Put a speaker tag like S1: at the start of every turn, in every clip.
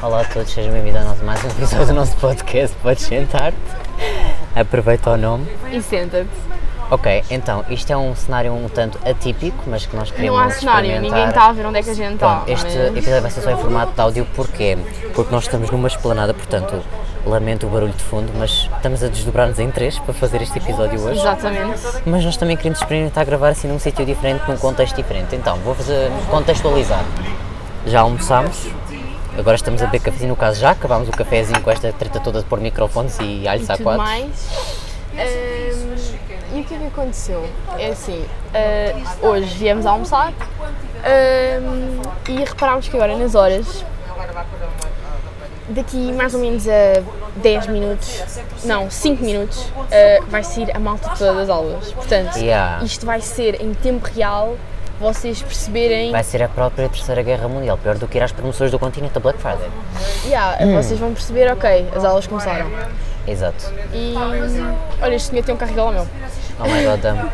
S1: Olá a todos, sejam bem-vindos ao nosso mais um episódio do nosso podcast. Podes sentar-te. Aproveita o nome.
S2: E senta-te.
S1: Ok, então, isto é um cenário um tanto atípico, mas que nós
S2: Não
S1: queremos
S2: há cenário,
S1: um experimentar.
S2: ninguém está a ver onde é que a gente está.
S1: Pronto, este
S2: mas-
S1: episódio vai ser só em formato de áudio, porquê? Porque nós estamos numa esplanada, portanto, lamento o barulho de fundo, mas estamos a desdobrar-nos em três para fazer este episódio hoje.
S2: Exatamente.
S1: Mas nós também queremos experimentar gravar assim num sítio diferente, num contexto diferente. Então, vou fazer contextualizar. Já almoçámos, agora estamos a beber cafezinho, no caso já acabámos o cafezinho com esta treta toda de pôr microfones e
S2: E
S1: alhos a
S2: tudo
S1: quatro.
S2: mais. Ahm, e o que é que aconteceu? É assim, ah, hoje viemos almoçar ahm, e reparámos que agora nas horas, daqui mais ou menos a 10 minutos, não, 5 minutos, ah, vai sair a malta toda das aulas. Portanto,
S1: Yeah.
S2: isto vai ser em tempo real, vocês perceberem
S1: Vai ser a própria Terceira Guerra Mundial, pior do que ir às promoções do continente a Black Friday.
S2: Yeah, é,
S1: Hum.
S2: vocês vão perceber, ok, as aulas começaram.
S1: Exato.
S2: E olha, este senhor tem um carro igual ao meu.
S1: Oh my god, damn.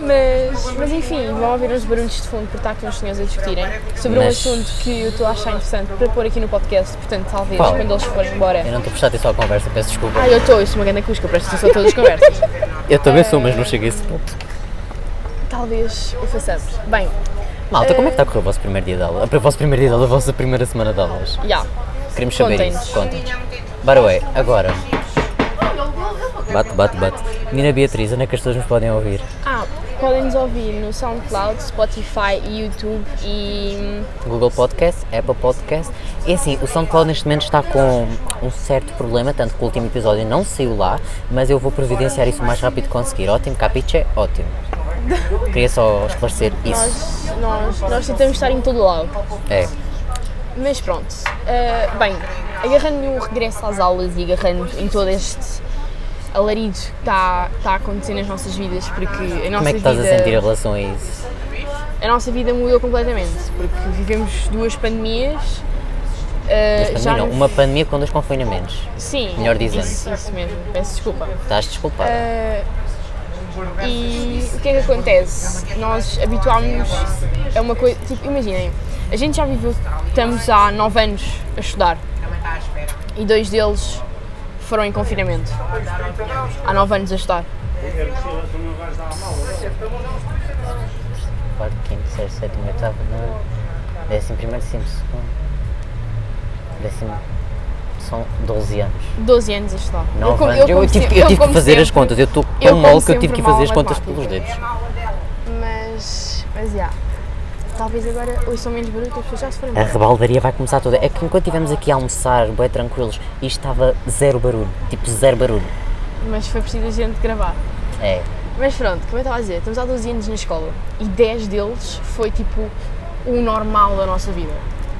S2: Mas, mas enfim, vão ouvir uns barulhos de fundo por estar aqui uns senhores a discutirem sobre um
S1: Mas-
S2: assunto que eu estou a achar interessante para pôr aqui no podcast, portanto, talvez
S1: Qual?
S2: quando eles forem embora.
S1: eu não estou prestando atenção à conversa, peço desculpa.
S2: Ah, eu estou, isso é uma grande cusca, presto atenção a todas as conversas.
S1: Eu também sou, mas não cheguei a esse ponto.
S2: Talvez o façamos. Bem,
S1: Malta, como é que está a correr o vosso primeiro dia de aula? O vosso primeiro dia de aula, a vossa primeira semana de aulas?
S2: já.
S1: Queremos saber
S2: Contem-nos.
S1: isso. Contem. By the way, agora. Bate, bate, bate. Menina Beatriz, onde é que as pessoas nos podem ouvir?
S2: Ah, podem nos ouvir no SoundCloud, Spotify, YouTube e. hum,
S1: Google Podcast, Apple Podcast. E assim, o SoundCloud neste momento está com um certo problema, tanto que o último episódio não saiu lá, mas eu vou providenciar isso o mais rápido que conseguir. Ótimo, capiche? Ótimo. Queria só esclarecer isso.
S2: Nós, nós, nós tentamos estar em todo lado.
S1: É.
S2: Mas pronto, uh, bem, agarrando o regresso às aulas e agarrando em todo este alarido que está tá a acontecer nas nossas vidas, porque a nossa,
S1: Como é que estás a
S2: vida,
S1: sentir em relação a isso?
S2: a nossa vida mudou completamente, porque vivemos duas pandemias. uh,
S1: Pandemia,
S2: já
S1: não, uma pandemia com dois confinamentos.
S2: Sim,
S1: melhor dizendo.
S2: Isso, isso mesmo, peço desculpa.
S1: Estás desculpada.
S2: Uh, e o que é que acontece? Nós habituámos-nos a uma coisa. Tipo, imaginem, a gente já viveu, estamos há nove anos a estudar e dois deles foram em confinamento. Há nove anos a estudar.
S1: quarto, quinto, sexto, sétimo, oitavo, nono, décimo primeiro, décimo segundo, décimo. São 12 anos.
S2: 12 anos a estudar.
S1: Nove
S2: como-
S1: anos. Eu,
S2: como
S1: tive,
S2: se-
S1: que- eu tive
S2: como
S1: que fazer as
S2: sempre-
S1: contas. Eu estou
S2: eu
S1: tão
S2: como
S1: mal que eu tive
S2: sempre
S1: que fazer as
S2: mal
S1: contas
S2: matemática.
S1: pelos dedos.
S2: Mas. Mas já. Talvez agora ouçam menos barulho, que as pessoas já se foram.
S1: A
S2: embora.
S1: rebaldaria vai começar toda. É que enquanto estivemos aqui a almoçar, bem tranquilos, e estava zero barulho. Tipo, zero barulho.
S2: Mas foi preciso a gente gravar.
S1: É.
S2: Mas pronto, como eu estava a dizer, estamos há 12 anos na escola e 10 deles foi tipo o normal da nossa vida.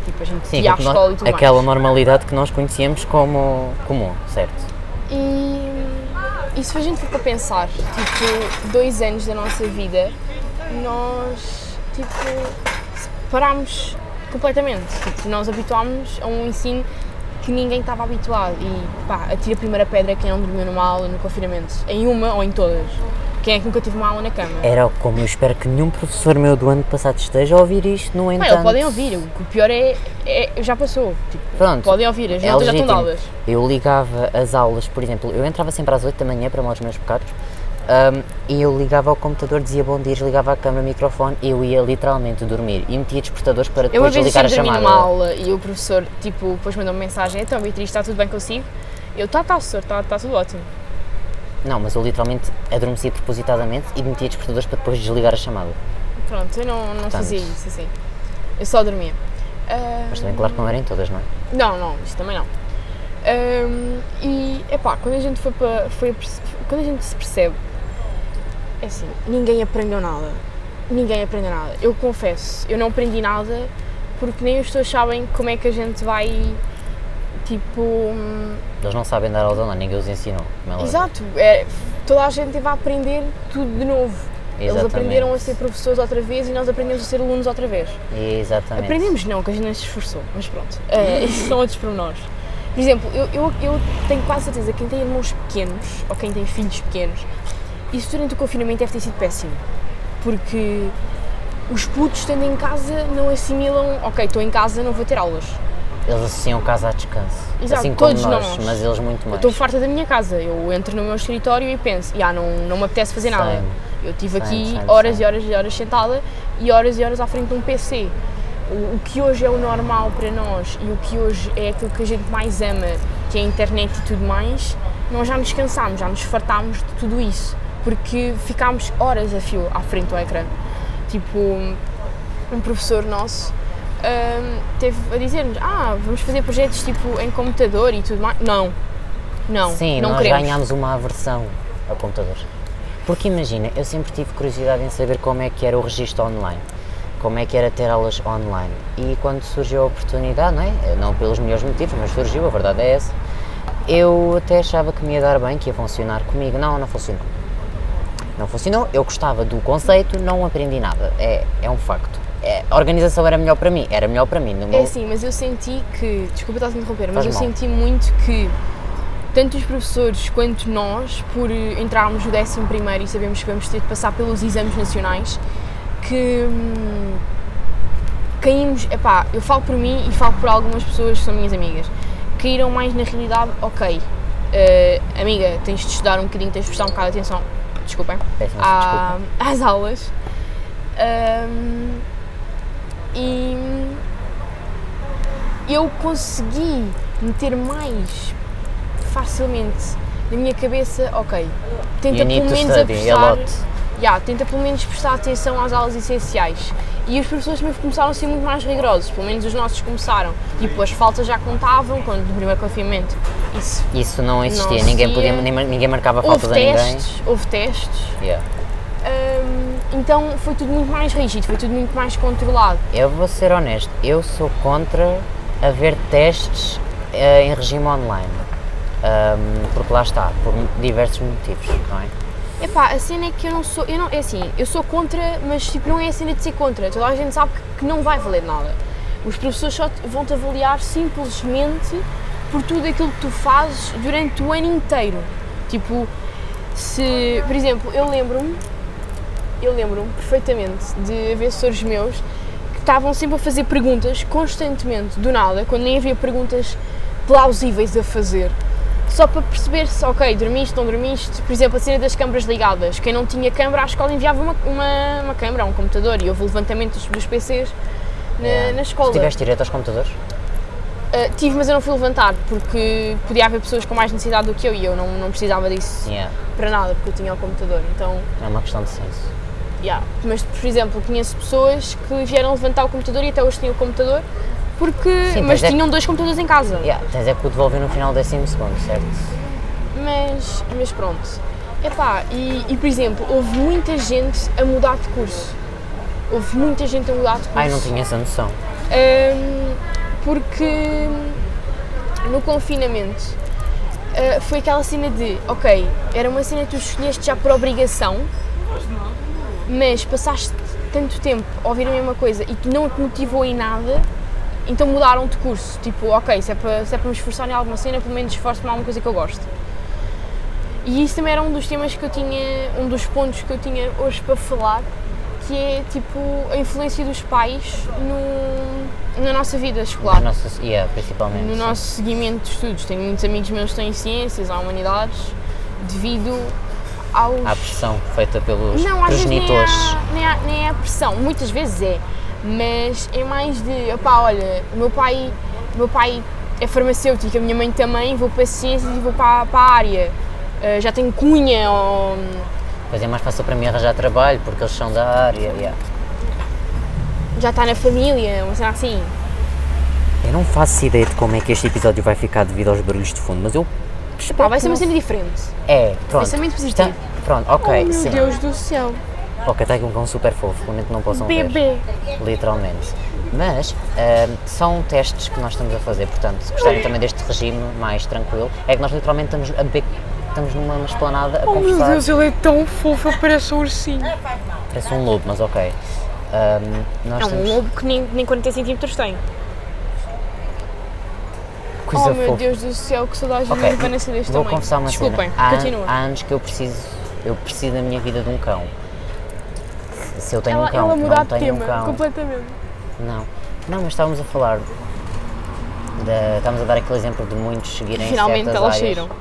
S2: Tipo, a gente
S1: Sim,
S2: ia à
S1: aquilo que nós-
S2: escola e tudo
S1: aquela normalidade que nós conhecíamos como comum, certo?
S2: mais. E, e se a gente for para pensar, tipo, dois anos da nossa vida, nós, tipo, parámos completamente. Tipo, nós habituámos a um ensino que ninguém estava habituado e pá, atira a primeira pedra quem não dormiu numa aula no confinamento, em uma ou em todas. Quem é que nunca teve uma aula na cama?
S1: Era como eu espero que nenhum professor meu do ano passado esteja a ouvir isto, no
S2: Ah,
S1: entanto.
S2: eles podem ouvir, o que o pior é, é- já passou. Tipo,
S1: Pronto.
S2: podem ouvir, as
S1: É
S2: notas já estão
S1: legítimo.
S2: dadas.
S1: Eu ligava as aulas, por exemplo, eu entrava sempre às 8 da manhã para lá os meus bocados ahm, e eu ligava ao computador, dizia bom dia, ligava a câmera, microfone e eu ia literalmente dormir e metia despertadores para
S2: Eu uma
S1: depois
S2: vez
S1: ligar
S2: deixei
S1: a
S2: de dormir
S1: chamada.
S2: numa aula e o professor, tipo, depois mandou-me mensagem: então, Beatriz, está tudo bem consigo? Eu, tá, tá, professor, tá, tá tudo ótimo.
S1: Não, mas eu literalmente adormecia propositadamente e metia despertadores para depois desligar a chamada.
S2: Pronto, eu não, não fazia
S1: Portanto.
S2: isso assim. Eu só dormia. Ah,
S1: Mas também, claro que não eram todas, não é?
S2: Não, não, isso também não. Ahm, e é pá, quando a gente foi para. Foi, perce- quando a gente se percebe, é assim, ninguém aprendeu nada. Ninguém aprendeu nada. Eu confesso, eu não aprendi nada porque nem as pessoas sabem como é que a gente vai. Tipo. hum,
S1: Eles não sabem dar aulas online, ninguém os ensinou. como é lógico.
S2: Exato, é, toda a gente teve a aprender tudo de novo. Eles
S1: Exatamente.
S2: aprenderam a ser professores outra vez e nós aprendemos a ser alunos outra vez.
S1: Exatamente.
S2: Aprendemos não, que a gente não se esforçou, mas pronto. Eh, isso são outros pormenores. Por exemplo, eu, eu, eu tenho quase certeza que quem tem irmãos pequenos ou quem tem filhos pequenos, isso durante o confinamento deve ter sido péssimo. Porque os putos estando em casa não assimilam, ok, estou em casa, não vou ter aulas.
S1: Eles associam casa a descanso.
S2: Exato,
S1: assim como
S2: todos
S1: nós,
S2: nós.
S1: mas eles muito mais.
S2: Estou farta da minha casa. Eu entro no meu escritório e penso, ah, não, não me apetece fazer nada. Eu estive
S1: Sim,
S2: aqui
S1: sim,
S2: horas
S1: sim.
S2: e horas e horas sentada e horas e horas à frente de um PC. O, o que hoje é o normal para nós e o que hoje é aquilo que a gente mais ama, que é a internet e tudo mais, nós já nos cansámos, já nos fartámos de tudo isso. Porque ficámos horas a fio à frente do ecrã. Tipo, um professor nosso hum, teve a dizer-nos: Ah, vamos fazer projetos tipo em computador e tudo mais. Não, não,
S1: Sim,
S2: não
S1: nós
S2: queremos.
S1: ganhámos uma aversão ao computador. Porque imagina, eu sempre tive curiosidade em saber como é que era o registro online, como é que era ter aulas online. E quando surgiu a oportunidade, não é? Não pelos melhores motivos, mas surgiu, a verdade é essa. Eu até achava que me ia dar bem, que ia funcionar comigo. Não, não funcionou. Não funcionou, eu gostava do conceito, não aprendi nada. É, é um facto. É, a organização era melhor para mim, era melhor para mim. No meu-
S2: É assim, mas eu senti que, desculpa estar a interromper, mas
S1: Faz
S2: eu
S1: mal.
S2: senti muito que tanto os professores quanto nós, por eh, entrarmos no 11 primeiro e sabemos que vamos ter de passar pelos exames nacionais, que hum, caímos, epá, eu falo por mim e falo por algumas pessoas que são minhas amigas, caíram mais na realidade, ok, eh, amiga, tens de estudar um bocadinho, tens de prestar um bocado de atenção, desculpem,
S1: Peço-me Ah, desculpa.
S2: à- Ah, às aulas. Ahm, e eu consegui meter mais facilmente na minha cabeça, ok, tenta
S1: You need
S2: pelo
S1: to
S2: menos
S1: study a
S2: apostar.
S1: lot.
S2: Yeah, tenta pelo menos prestar atenção às aulas essenciais. E os professores também começaram a ser muito mais rigorosos, pelo menos os nossos começaram. Tipo, as faltas já contavam quando no primeiro confinamento. Isso.
S1: Isso não existia,
S2: Não
S1: ninguém,
S2: existia.
S1: podia, nem- ninguém marcava
S2: Houve
S1: faltas a ninguém.
S2: testes, houve testes.
S1: Yeah.
S2: Hum, então foi tudo muito mais rígido, foi tudo muito mais controlado.
S1: Eu vou ser honesto, eu sou contra haver testes eh, em regime online. Ahm, porque lá está, por diversos motivos, não é?
S2: Epá, a cena é que eu não sou, eu não, é assim, eu sou contra, mas tipo, não é a cena de ser contra, toda a gente sabe que, que não vai valer de nada. Os professores só te- vão-te avaliar simplesmente por tudo aquilo que tu fazes durante o ano inteiro. Tipo, se, por exemplo, eu lembro-me, eu lembro-me perfeitamente de haver professores meus que estavam sempre a fazer perguntas constantemente, do nada, quando nem havia perguntas plausíveis a fazer só para perceber se, ok, dormiste, não dormiste. Por exemplo, a cena das câmaras ligadas. Quem não tinha câmara à escola enviava uma, uma, uma câmara, um computador e houve levantamento dos, dos PCs na,
S1: Yeah.
S2: Eh, na escola.
S1: Tu tiveste direito aos computadores?
S2: Ah, tive, mas eu não fui levantar porque podia haver pessoas com mais necessidade do que eu e eu não, não precisava disso
S1: Yeah.
S2: para nada porque eu tinha o computador. Então,
S1: É uma questão de senso.
S2: yeah. Mas, por exemplo, conheço pessoas que vieram levantar o computador e até hoje tinham o computador. Porque,
S1: Sim,
S2: mas
S1: mas é-
S2: tinham dois computadores em casa.
S1: Yeah. Tens é que o devolver no final do décimo segundo, certo?
S2: Mas, mas pronto. Epá, e, e por exemplo, houve muita gente a mudar de curso. Houve muita gente a mudar de curso.
S1: Ai, não tinha essa noção.
S2: Ahm, porque no confinamento ah, foi aquela cena de, ok, era uma cena que tu escolheste já por obrigação, mas passaste tanto tempo a ouvir a mesma coisa e que não te motivou em nada, então mudaram de curso. Tipo, ok, se é para, se é para me esforçar em alguma cena, pelo menos esforço-me em alguma coisa que eu gosto. E isso também era um dos temas que eu tinha, um dos pontos que eu tinha hoje para falar, que é tipo a influência dos pais no, na nossa vida escolar,
S1: As nossas- yeah, principalmente.
S2: no
S1: sim.
S2: nosso seguimento de estudos. Tenho muitos amigos meus que têm ciências, à humanidades, devido aos.
S1: À pressão feita pelos
S2: Não, às vezes nem
S1: progenitores.
S2: há- nem há, nem há pressão, muitas vezes é, mas é mais de, opá, olha, o meu pai, o meu pai é farmacêutico, a minha mãe também, vou para ciências e vou para, para a área, Ah, já tenho cunha, ou...
S1: Pois é mais fácil para mim arranjar trabalho, porque eles são da área. yeah.
S2: já está na família, uma cena assim.
S1: Eu não faço ideia de como é que este episódio vai ficar devido aos barulhos de fundo, mas eu.
S2: Pá, vai ser uma cena diferente.
S1: É, pronto.
S2: Pensamento positivo. Oh,
S1: Está- Pronto, ok, sim.
S2: do céu.
S1: Ok, está aqui um cão super fofo, realmente não possam ver.
S2: Bebê.
S1: Literalmente. Mas ahm, são testes que nós estamos a fazer, portanto, se gostarem também deste regime mais tranquilo, é que nós literalmente estamos a beber, estamos numa esplanada a conversar.
S2: ele é tão fofo, ele parece um ursinho.
S1: Parece um lobo, mas ok. Ahm, nós
S2: É
S1: temos
S2: um lobo que nem, nem 40 centímetros tem.
S1: coisa
S2: oh meu
S1: fofa.
S2: Deus do céu, que saudades
S1: Ok,
S2: de Vanessa deste
S1: vou
S2: tamanho.
S1: confessar uma
S2: Desculpem,
S1: cena. Ah, Há,
S2: continua.
S1: há anos que eu preciso, eu preciso da minha vida de um cão. Se eu tenho
S2: ela,
S1: um cão,
S2: ela
S1: não
S2: mudar de
S1: tenho
S2: tema
S1: um cão.
S2: completamente.
S1: Não. Não, mas estávamos a falar de- estamos a dar aquele exemplo de muitos seguirem
S2: Finalmente
S1: certas
S2: elas
S1: áreas.
S2: saíram.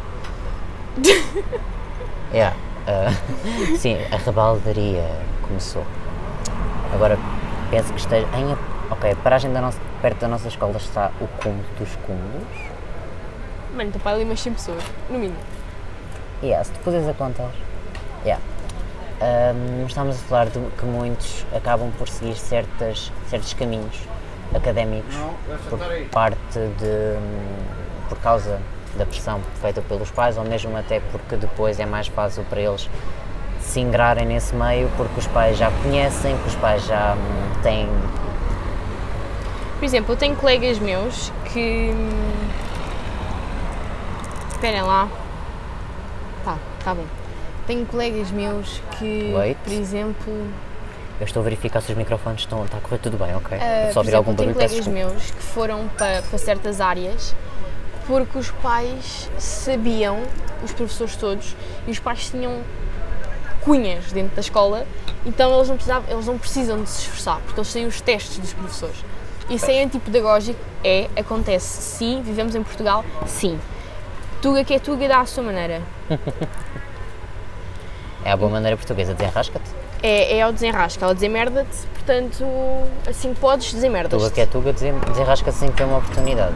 S1: Yeah. ah, sim, a rebaldaria começou. Agora penso que esteja em. a- Ok, a paragem da nossa, perto da nossa escola está o cúmulo dos cúmulos.
S2: Mano, então para ali umas 100 pessoas, no mínimo.
S1: Yeah, se tu puderes a contar. Yeah. Ahm, estamos a falar de que muitos acabam por seguir certas, certos caminhos académicos por parte de. por causa da pressão feita pelos pais ou mesmo até porque depois é mais fácil para eles se ingrarem nesse meio porque os pais já conhecem, que os pais já hum, têm.
S2: Por exemplo, eu tenho colegas meus que. hum, Esperem lá. Tá, tá bom. Tenho colegas meus que,
S1: Wait.
S2: por exemplo,
S1: Eu estou a verificar se os microfones estão está a correr tudo bem, ok?
S2: Uh,
S1: Só
S2: por
S1: ouvir algum
S2: exemplo, tenho
S1: barulho, peço
S2: colegas
S1: desculpa.
S2: meus que foram para, para certas áreas porque os pais sabiam, os professores todos, e os pais tinham cunhas dentro da escola, então eles não, precisavam, eles não precisam de se esforçar, porque eles têm os testes dos professores. Isso é antipedagógico? É, acontece. Sim, vivemos em Portugal? Sim. Tuga que é Tuga dá à sua maneira.
S1: É a boa maneira portuguesa, desenrasca-te.
S2: É, é ao desenrasca, ao dizer merda-te, portanto, assim podes dizer merdas.
S1: Tuga que é tuga, desen- desenrasca-te sem que é uma oportunidade.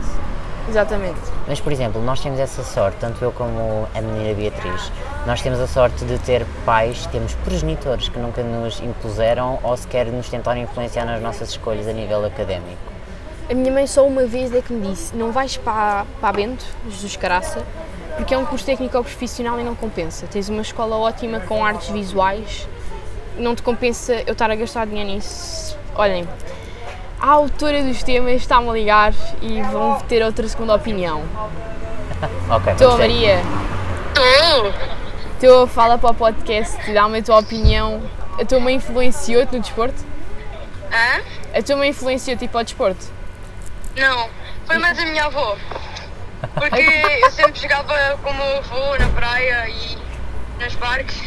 S2: Exatamente.
S1: Mas, por exemplo, nós temos essa sorte, tanto eu como a menina Beatriz. Nós temos a sorte de ter pais, temos progenitores que nunca nos impuseram ou sequer nos tentaram influenciar nas nossas escolhas a nível académico.
S2: A minha mãe só uma vez é que me disse: não vais para, para a Bento, Jesus Caraça, porque é um curso técnico ou profissional e não compensa. Tens uma escola ótima com artes visuais, não te compensa eu estar a gastar dinheiro nisso. Olhem, a autora dos temas está-me a ligar e vão ter outra segunda opinião.
S1: Ok,
S2: Estou,
S1: vamos ver.
S2: Maria. Estou, fala para o podcast, dá-me a tua opinião. A tua mãe influenciou-te no desporto?
S3: Hã?
S2: A tua mãe influenciou-te a ir para o desporto?
S3: Não, foi mais a minha avó. Porque eu sempre jogava com o meu avô na praia e nos parques.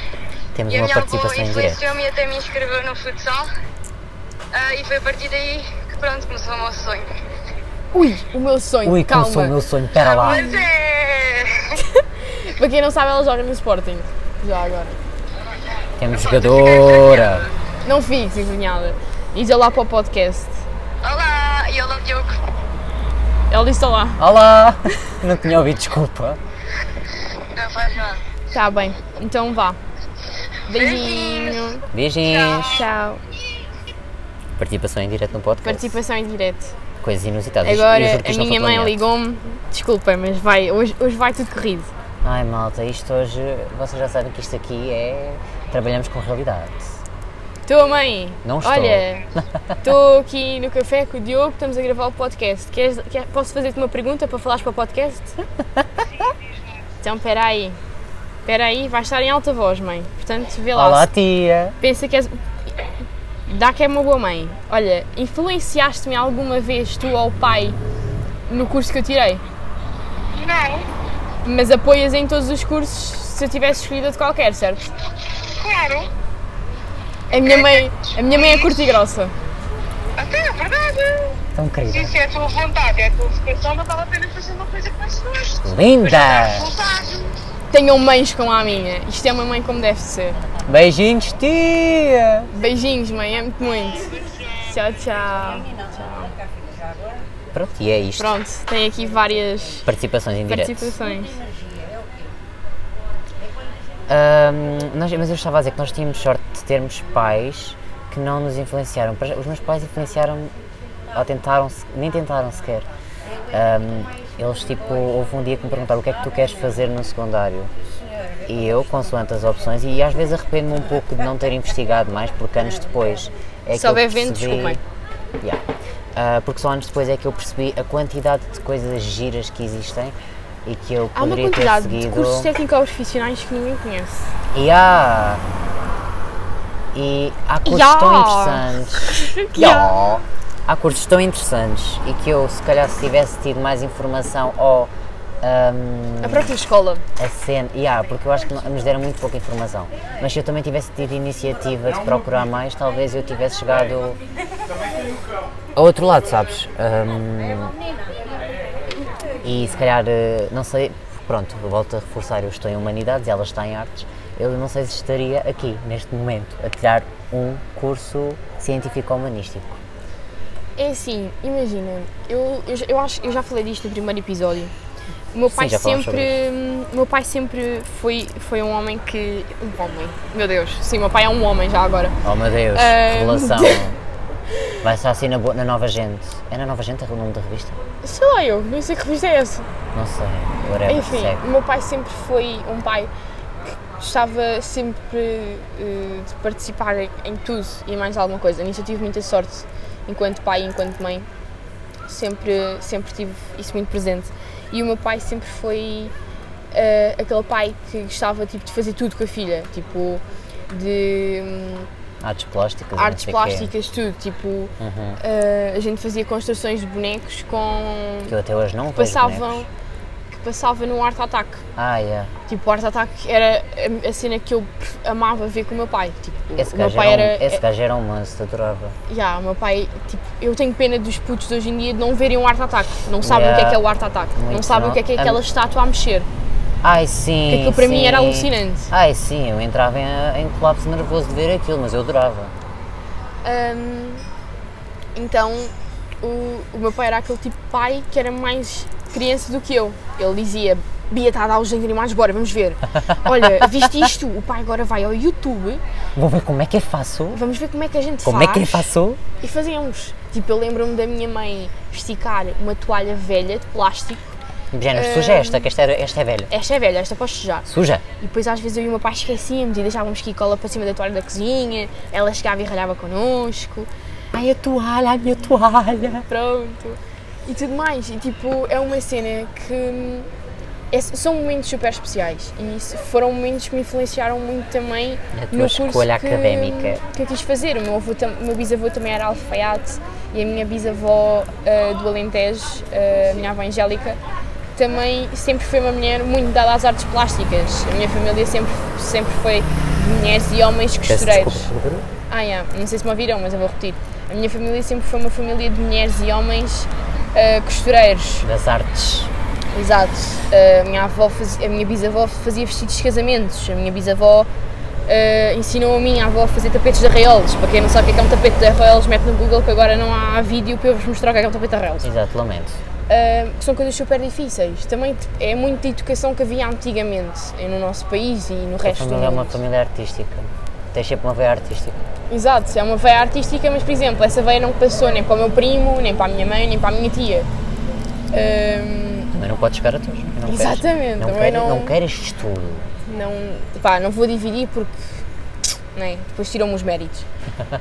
S1: Temos
S3: E a
S1: uma
S3: minha avó
S1: participação em
S2: é
S1: direto.
S3: influenciou-me e até me inscreveu no futsal. Ah, e foi a partir daí que pronto, começou o meu sonho.
S2: Ui, o meu sonho,
S1: Ui,
S2: calma.
S1: começou o meu sonho, pera Tá lá.
S3: Mas é...
S2: Para quem não sabe, ela joga no Sporting. Já agora.
S1: Temos jogadora.
S2: Não fiques envergonhada. Diz olá para o podcast.
S3: Olá, e olá Diogo.
S2: Ela disse olá.
S1: Olá! Não tinha ouvido, desculpa.
S3: Não faz mal.
S2: Tá bem, então vá. Beijinho.
S1: Beijinhos.
S2: Tchau.
S1: Participação em direto no podcast.
S2: Participação em direto.
S1: Coisas inusitadas. Eu
S2: Agora
S1: juro que
S2: a
S1: isto não
S2: minha
S1: foi
S2: mãe
S1: planeado.
S2: ligou-me. Desculpa, mas vai, hoje, hoje vai tudo corrido.
S1: Ai malta, isto hoje, vocês já sabem que isto aqui é. Trabalhamos com realidade.
S2: Tua mãe,
S1: Não estou.
S2: olha, estou aqui no café com o Diogo, estamos a gravar o podcast. Queres, quer- posso fazer-te uma pergunta para falares para o podcast? Então, espera aí. Espera aí, vai estar em alta voz, mãe. Portanto, vê lá.
S1: Olá
S2: se-
S1: tia!
S2: Pensa que és... Dá que é uma boa mãe. Olha, influenciaste-me alguma vez tu ou o pai no curso que eu tirei?
S3: Não, é?
S2: Mas apoias em todos os cursos se eu tivesse escolhido de qualquer, certo?
S3: claro.
S2: A minha mãe, a minha mãe é curta e grossa.
S3: Até é verdade.
S1: Tão querida!
S3: se é a tua vontade, é a tua vocação, não vale a pena fazer uma coisa que mais gosto.
S1: Linda!
S2: Tenham mães como a minha. Isto é uma mãe como deve ser.
S1: Beijinhos tia!
S2: Beijinhos, mãe. Amo-te muito. Tchau, tchau.
S1: Pronto, e é isto.
S2: Pronto, tem aqui várias
S1: Participações em direto.
S2: participações.
S1: Ahm, nós- mas eu estava a dizer que nós tínhamos sorte de termos pais que não nos influenciaram. Para já, Os meus pais influenciaram ou tentaram, se- nem tentaram sequer. Ahm, eles, tipo, houve um dia que me perguntaram o que é que tu queres fazer no secundário. E eu, consoante as opções, e às vezes arrependo-me um pouco de não ter investigado mais, porque anos depois é que
S2: Se
S1: eu
S2: houver vento,
S1: percebi-
S2: desculpem.
S1: Yeah. Ah, porque só anos depois é que eu percebi a quantidade de coisas giras que existem e que eu
S2: Há uma
S1: poderia ter
S2: quantidade de
S1: seguido.
S2: cursos técnico-profissionais que ninguém conhece.
S1: Yeah. E há cursos tão
S2: Yeah.
S1: interessantes. Yeah. Há cursos tão interessantes e que eu, se calhar, se tivesse tido mais informação ou hum, ahm,
S2: A própria escola.
S1: a cena. Yeah, porque eu acho que no- nos deram muito pouca informação. Mas se eu também tivesse tido iniciativa de procurar mais, talvez eu tivesse chegado a outro lado, sabes? Ahm, E se calhar, eh, não sei, pronto, volto a reforçar, eu estou em Humanidades e ela está em Artes, eu não sei se estaria aqui, neste momento, a tirar um curso científico-humanístico.
S2: É assim, imagina, eu, eu, já- eu acho eu já falei disto no primeiro episódio. O meu pai
S1: já falámos
S2: sempre. o meu pai sempre foi, foi um homem que. Um homem. Meu Deus, sim, o meu pai é um homem já agora.
S1: Oh meu Deus,
S2: Ah,
S1: revelação. Vai estar assim na, bo- na Nova Gente. É na Nova Gente o nome da revista?
S2: Sei lá, eu não sei que revista é essa.
S1: Não sei, whatever,
S2: Enfim,
S1: segue.
S2: o meu pai sempre foi um pai que estava sempre eh, de participar em, em tudo e mais alguma coisa. Nisso eu tive muita sorte enquanto pai e enquanto mãe. Sempre, sempre tive isso muito presente. E o meu pai sempre foi eh, aquele pai que gostava tipo, de fazer tudo com a filha. Tipo, de hum,
S1: Artes plásticas. e não
S2: artes
S1: sei o quê.
S2: plásticas, tudo. Tipo,
S1: Uhum.
S2: eh, a gente fazia construções de bonecos com.
S1: Que eu até hoje não vejo
S2: passavam.
S1: bonecos.
S2: Que passava no Art Attack.
S1: Ah, yeah.
S2: Tipo, o Art Attack era a- a cena que eu amava ver com o meu pai. Tipo,
S1: Esse
S2: o meu
S1: gajo
S2: pai
S1: era,
S2: era.
S1: um, esse
S2: é-
S1: gajo era um monstro, adorava.
S2: yeah, o meu pai, tipo, eu tenho pena dos putos de hoje em dia de não verem o Art Attack. Não sabem o que é que é o Art Attack. não
S1: Muito
S2: sabem o que é que é
S1: não.
S2: aquela estátua a mexer.
S1: Ai sim.
S2: Porque aquilo para mim era
S1: sim.
S2: alucinante.
S1: Ai sim, eu entrava em, em colapso nervoso de ver aquilo, mas eu adorava.
S2: Hum, então, o, o meu pai era aquele tipo de pai que era mais criança do que eu. Ele dizia: Bia está a dar os animais, bora, vamos ver. Olha, viste isto? O pai agora vai ao YouTube,
S1: Vou ver como é que é fácil.
S2: vamos ver como é que a gente
S1: Como
S2: faz.
S1: é que é fácil?
S2: E fazíamos. Tipo, eu lembro-me da minha mãe esticar uma toalha velha de plástico.
S1: Género,
S2: Hum.
S1: suja esta, que esta, era, esta é velha.
S2: Esta é velha, esta posso sujar.
S1: Suja.
S2: E depois às vezes eu e o meu pai esquecíamos e deixávamos que cola para cima da toalha da cozinha. Ela chegava e ralhava connosco.
S1: Ai a toalha, a minha toalha.
S2: Pronto. E tudo mais. E tipo, é uma cena que. hum, é- são momentos super especiais e isso- foram momentos que me influenciaram muito também
S1: A tua
S2: no curso
S1: escolha
S2: que,
S1: académica.
S2: que eu quis fazer. O meu, avô, tam- o meu bisavô também era alfaiate e a minha bisavó ah, do Alentejo, ah, a minha avó Angélica, também sempre foi uma mulher muito dada às artes plásticas. A minha família sempre, sempre foi de mulheres e homens
S1: Peço
S2: costureiros.
S1: desculpa, Pedro.
S2: Ah, yeah. não sei se me ouviram, mas eu vou repetir. A minha família sempre foi uma família de mulheres e homens ah, costureiros.
S1: Das artes.
S2: Exato. Ah, a minha avó, faz- a minha bisavó fazia vestidos de casamentos. A minha bisavó ah, ensinou a minha avó a fazer tapetes de arraiolos. Para quem não sabe o que é que é um tapete de arraiolos, mete no Google que agora não há vídeo para eu vos mostrar o que é que é um tapete de arraiolos.
S1: Exato, lamento.
S2: Ah, que são coisas super difíceis. Também t- é muito de educação que havia antigamente eh, no nosso país e no
S1: A
S2: resto do
S1: família é uma
S2: mundo.
S1: família artística. Tens sempre uma veia artística.
S2: Exato, é uma veia artística, mas por exemplo, essa veia não passou nem para o meu primo, nem para a minha mãe, nem para a minha tia. Hum,
S1: Também não podes chegar a teus. Não queres.
S2: Exatamente,
S1: Não,
S2: também
S1: queres, não...
S2: não-
S1: queres estudo.
S2: não, pá, não vou dividir porque né, depois tiram-me os méritos.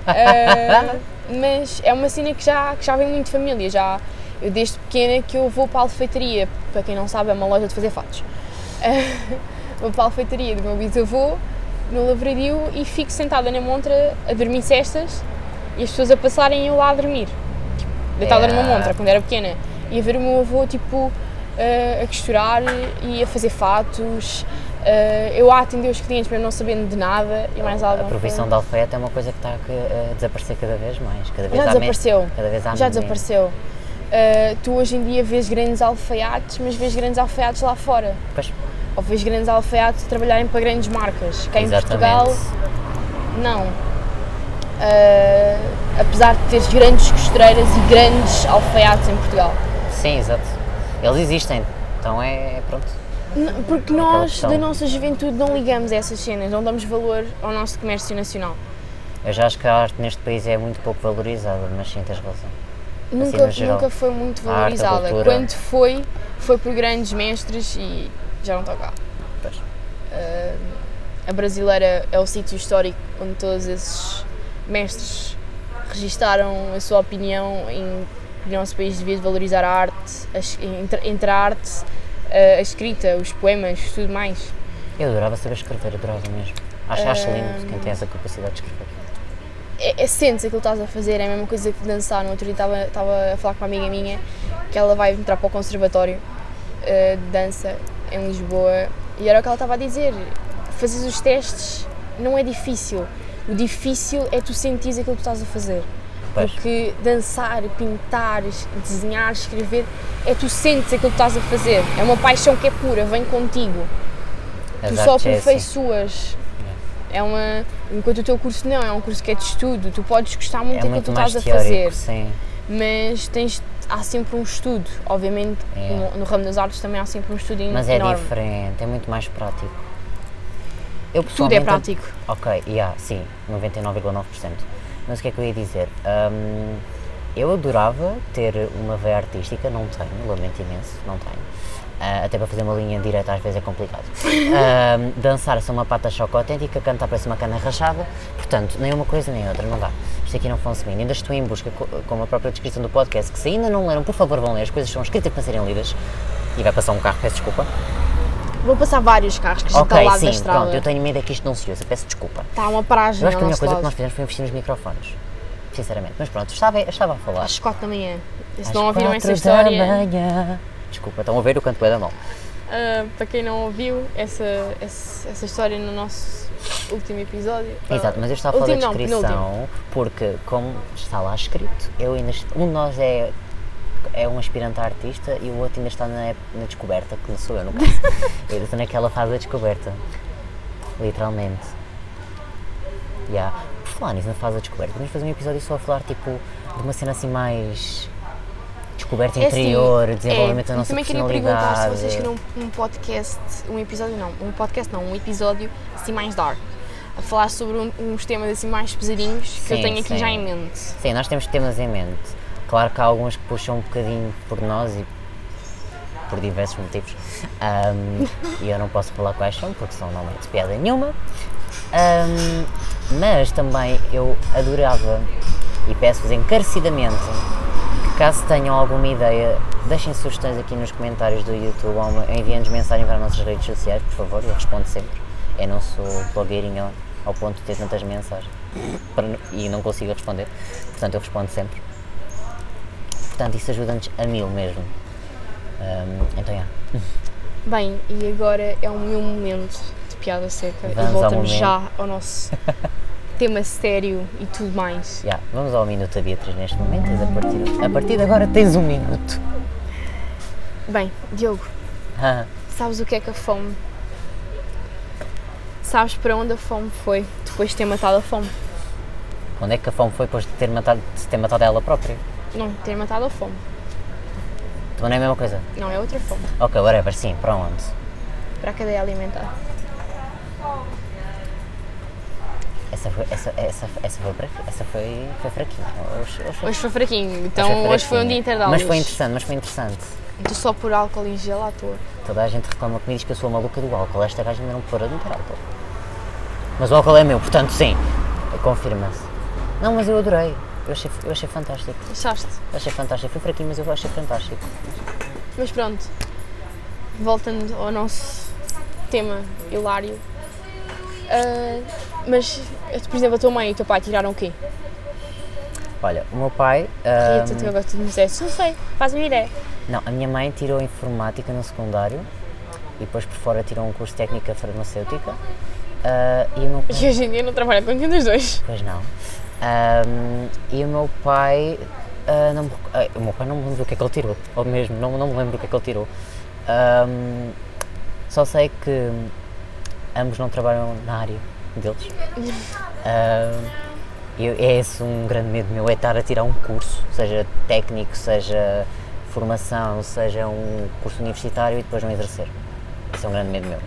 S2: Ah, mas é uma cena que já, que já vem muito de família. Já, eu desde pequena que eu vou para a alfeitaria, para quem não sabe, é uma loja de fazer fatos. Ah, vou para a alfeitaria do meu bisavô, no Lavradio, e fico sentada na montra a dormir cestas e as pessoas a passarem e eu lá a dormir. Tipo, Deitada numa
S1: Yeah.
S2: montra, quando era pequena. E a ver o meu avô, tipo, ah, a costurar e a fazer fatos. ah, eu a atender os clientes mesmo não sabendo de nada e mais alguma
S1: A profissão de alfaiate é uma coisa que está a, a desaparecer cada vez mais. Cada vez
S2: Já
S1: há men-
S2: desapareceu.
S1: Cada vez há
S2: Já
S1: menos.
S2: desapareceu. Uh, tu hoje em dia vês grandes alfaiates, mas vês grandes alfaiates lá fora.
S1: Pois,
S2: Ou vês grandes alfaiates a trabalharem para grandes marcas. Cá em Portugal, não. Uh, apesar de teres grandes costureiras e grandes alfaiates em Portugal.
S1: Sim, exato. Eles existem. Então é, é pronto.
S2: N- Porque nós,
S1: questão.
S2: da nossa juventude, não ligamos a essas cenas, não damos valor ao nosso comércio nacional.
S1: Eu já acho que a arte neste país é muito pouco valorizada, mas sim, tens razão.
S2: Nunca,
S1: no assim, geral.
S2: nunca foi muito
S1: A arte, a
S2: valorizada.
S1: cultura.
S2: Quando foi, foi por grandes mestres e já não está cá.
S1: Pois.
S2: A Brasileira é o sítio histórico onde todos esses mestres registaram a sua opinião em que o nosso país devia valorizar a arte, as- entre, entre a arte, eh, a escrita, os poemas, tudo mais.
S1: Eu adorava saber escrever, adorava mesmo. Acho, acho lindo quem tem essa capacidade de escrever.
S2: É, é sentes aquilo que estás a fazer, é a mesma coisa que dançar. No outro dia estava- estava a falar com uma amiga minha que ela vai entrar para o conservatório eh, de dança em Lisboa e era o que ela estava a dizer. Fazes os testes não é difícil. O difícil é tu sentires aquilo que estás a fazer.
S1: Pois.
S2: Porque dançar, pintar, es- desenhar, escrever, é tu sentes aquilo que estás a fazer. É uma paixão que é pura, vem contigo.
S1: As
S2: Tu só
S1: artes é assim.
S2: aperfeiçoas. É uma. Enquanto o teu curso não, é um curso que é de estudo. Tu podes gostar muito
S1: É
S2: daquilo
S1: muito
S2: que tu
S1: mais
S2: estás a
S1: teórico,
S2: fazer,
S1: sim.
S2: mas tens, há sempre um estudo. Obviamente,
S1: É.
S2: no, no ramo das artes também há sempre um estudo en-
S1: Mas é
S2: enorme.
S1: diferente, é muito mais prático. Eu,
S2: Tudo é
S1: pessoalmente,
S2: prático.
S1: Ok, yeah, sim, 99,9%. Mas o que é que eu ia dizer? Hum, eu adorava ter uma veia artística, não tenho, lamento imenso, não tenho. Ah, até para fazer uma linha direta às vezes é complicado. Hum, dançar sou uma pata choca autêntica, cantar parece uma cana rachada, portanto, nem uma coisa nem outra, não dá. Isto aqui não funciona. Ainda estou em busca, co- como a própria descrição do podcast, que se ainda não leram, por favor vão ler, as coisas são escritas para serem lidas. E vai passar um carro, peço desculpa.
S2: Vou passar vários carros que estão ao
S1: Ok,
S2: lado da
S1: sim,
S2: estrada.
S1: pronto, eu tenho medo é que isto não se use, peço desculpa.
S2: Está uma paragem
S1: Eu acho
S2: ao
S1: que a melhor
S2: nosso
S1: coisa é que
S2: lado.
S1: nós fizemos foi investir nos microfones. Sinceramente. Mas pronto, estava, eu estava a falar.
S2: Às 4 da manhã. Se
S1: Às
S2: não ouviram
S1: quatro
S2: essa
S1: da
S2: história,
S1: manhã. Desculpa, estão a ver o canto é da mão.
S2: ah, para quem não ouviu essa, essa, essa história no nosso último episódio. ah,
S1: Exato, mas eu estava a falar
S2: último
S1: da
S2: não, penúltimo.
S1: descrição, porque como está lá escrito, eu ainda, est- um de nós é, é um aspirante a artista e o outro ainda está na, na descoberta, que não sou eu no caso. eu ainda estou naquela fase da descoberta. Literalmente. Yeah. Por falar nisso, na fase da descoberta, vamos fazer um episódio só a falar tipo de uma cena assim mais descoberta
S2: É assim,
S1: interior, desenvolvimento
S2: é,
S1: da
S2: eu
S1: nossa
S2: também queria perguntar se
S1: personalidade.
S2: vocês queriam um podcast, um episódio não, um podcast não, um episódio assim mais dark. A falar sobre um- uns temas assim mais pesadinhos que eu
S1: Sim,
S2: tenho aqui
S1: sim.
S2: já em mente.
S1: Sim, nós temos temas em mente. Claro que há alguns que puxam um bocadinho por nós e por diversos motivos. Ahm, E eu não posso falar quais são, porque são não de piada nenhuma. Ahm, mas também eu adorava e peço-vos encarecidamente que caso tenham alguma ideia, deixem sugestões aqui nos comentários do YouTube ou uma- enviem-nos mensagem para as nossas redes sociais, por favor, eu respondo sempre. Eu não sou blogueirinho ao ponto de ter tantas mensagens para n- e não consigo responder, portanto eu respondo sempre. Portanto, isso ajuda-nos a mil mesmo. Ahm, então, yeah.
S2: Bem, e agora é o meu momento de piada seca
S1: Vamos ao
S2: e voltamos
S1: momento.
S2: já ao nosso tema sério e tudo mais.
S1: Yeah, vamos ao minuto da Beatriz neste momento. Tens a partir, a partir de agora tens um minuto.
S2: Bem, Diogo,
S1: Ah,
S2: sabes o que é que a fome? Sabes para onde a fome foi depois de ter matado a fome?
S1: onde é que a fome foi depois de ter matado, de se ter matado ela própria?
S2: Não, ter matado a fome.
S1: Também não é a mesma coisa.
S2: Não, é outra fome.
S1: Ok, whatever, sim, para onde?
S2: Para a cadeia alimentar.
S1: Essa foi, essa, essa, essa foi, breve- essa foi, foi fraquinha. Hoje, hoje-
S2: Hoje foi fraquinho, então
S1: hoje
S2: hoje foi um
S1: fraquinha.
S2: dia inteiro de aulas.
S1: Mas foi interessante, mas foi interessante.
S2: Estou só por álcool em gel à toa.
S1: Toda a gente reclama que me diz que eu sou a maluca do álcool. Esta gaja ainda não parou de meter álcool. Mas o álcool é meu, portanto, sim. Confirma-se. Não, mas eu adorei. Eu achei, eu achei fantástico.
S2: Achaste?
S1: Eu achei fantástico. Fui para aqui, mas eu achei fantástico.
S2: Mas pronto, voltando ao nosso tema hilário. Ah, mas, por exemplo, a tua mãe e o teu pai tiraram o quê?
S1: Olha, o meu pai.
S2: E
S1: ah,
S2: tu, tu agora tu me disseste, não sei, faz-me ideia.
S1: não, a minha mãe tirou informática no secundário e depois por fora tirou um curso de técnica farmacêutica. Ah, e o meu pai.
S2: E hoje em dia não trabalha com nenhum dos dois.
S1: Pois não. Ahm, e o meu pai. ah, não me, rec- ah, o meu pai não me lembro o que é que ele tirou. Ou mesmo, não, não me lembro o que é que ele tirou. Ahm, só sei que ambos não trabalham na área deles. Ahm, e eu- é esse um grande medo meu, é estar a tirar um curso, seja técnico, seja formação, seja um curso universitário e depois não exercer. Esse é um grande medo meu.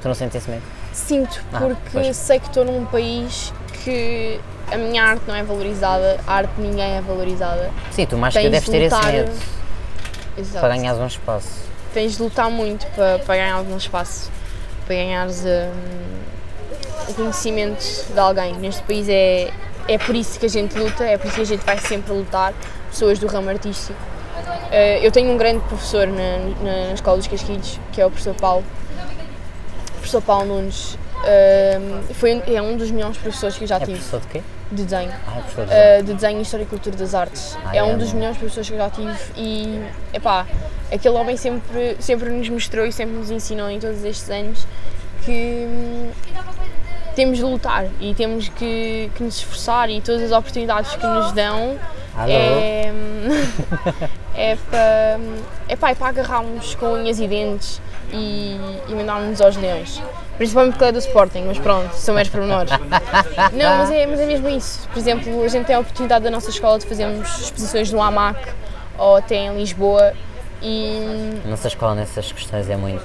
S1: Tu não sentes esse medo?
S2: Sinto,
S1: Ah,
S2: porque
S1: pois.
S2: sei que estou num país que a minha arte não é valorizada, a arte de ninguém é valorizada.
S1: Sim, tu mais que eu
S2: Tens
S1: deves
S2: de
S1: ter esse
S2: lutar-
S1: medo.
S2: Exato.
S1: para ganhares um espaço.
S2: tens de lutar muito para, para ganhar algum espaço, para ganhares hum, o conhecimento de alguém. Neste país é, é por isso que a gente luta, é por isso que a gente vai sempre lutar, pessoas do ramo artístico. Eh, eu tenho um grande professor na, na, na Escola dos Casquilhos, que é o professor Paulo. O professor Paulo Nunes hum, foi, um- é um dos melhores professores que eu já
S1: É
S2: tive
S1: professor de quê?
S2: de desenho.
S1: Ah, é professor de desenho.
S2: Uh, de desenho, história e cultura das artes.
S1: Ah,
S2: é,
S1: é,
S2: um dos
S1: mano.
S2: melhores professores que eu já tive e, epá, aquele homem sempre, sempre nos mostrou e sempre nos ensinou em todos estes anos que hum, temos de lutar e temos que, que nos esforçar e todas as oportunidades que nos dão
S1: Alô?
S2: é, é para é para, é para agarrarmos com unhas e dentes e, e mandarmos aos leões. Principalmente porque ele é do Sporting, mas pronto, são meros pormenores. Não, mas é, mas é mesmo isso. Por exemplo, a gente tem a oportunidade da nossa escola de fazermos exposições no AMAC ou até em Lisboa e
S1: A nossa escola nessas questões é muito.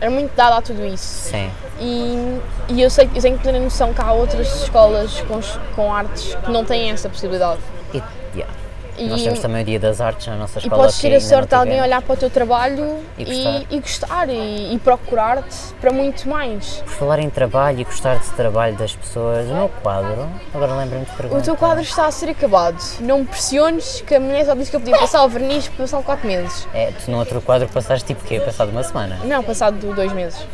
S2: era muito dada a tudo isso.
S1: Sim.
S2: E, e eu, sei, eu tenho plena noção que há outras escolas com, es- com artes que não têm essa possibilidade.
S1: E, yeah.
S2: E,
S1: Nós temos também o Dia das Artes na nossa
S2: e
S1: escola.
S2: podes
S1: aqui,
S2: ter a
S1: ainda não
S2: sorte de alguém
S1: tivemos.
S2: olhar para o teu trabalho
S1: E
S2: e e gostar e, e procurar-te para muito mais.
S1: Por falar em trabalho e gostar de trabalho das pessoas, o meu quadro, agora lembrei-me de perguntar.
S2: O teu quadro está a ser acabado. Não me pressiones que a mulher só disse que eu podia passar o verniz passado 4 meses.
S1: É, tu no outro quadro passaste tipo quê? Passado uma semana?
S2: Não, passado dois meses.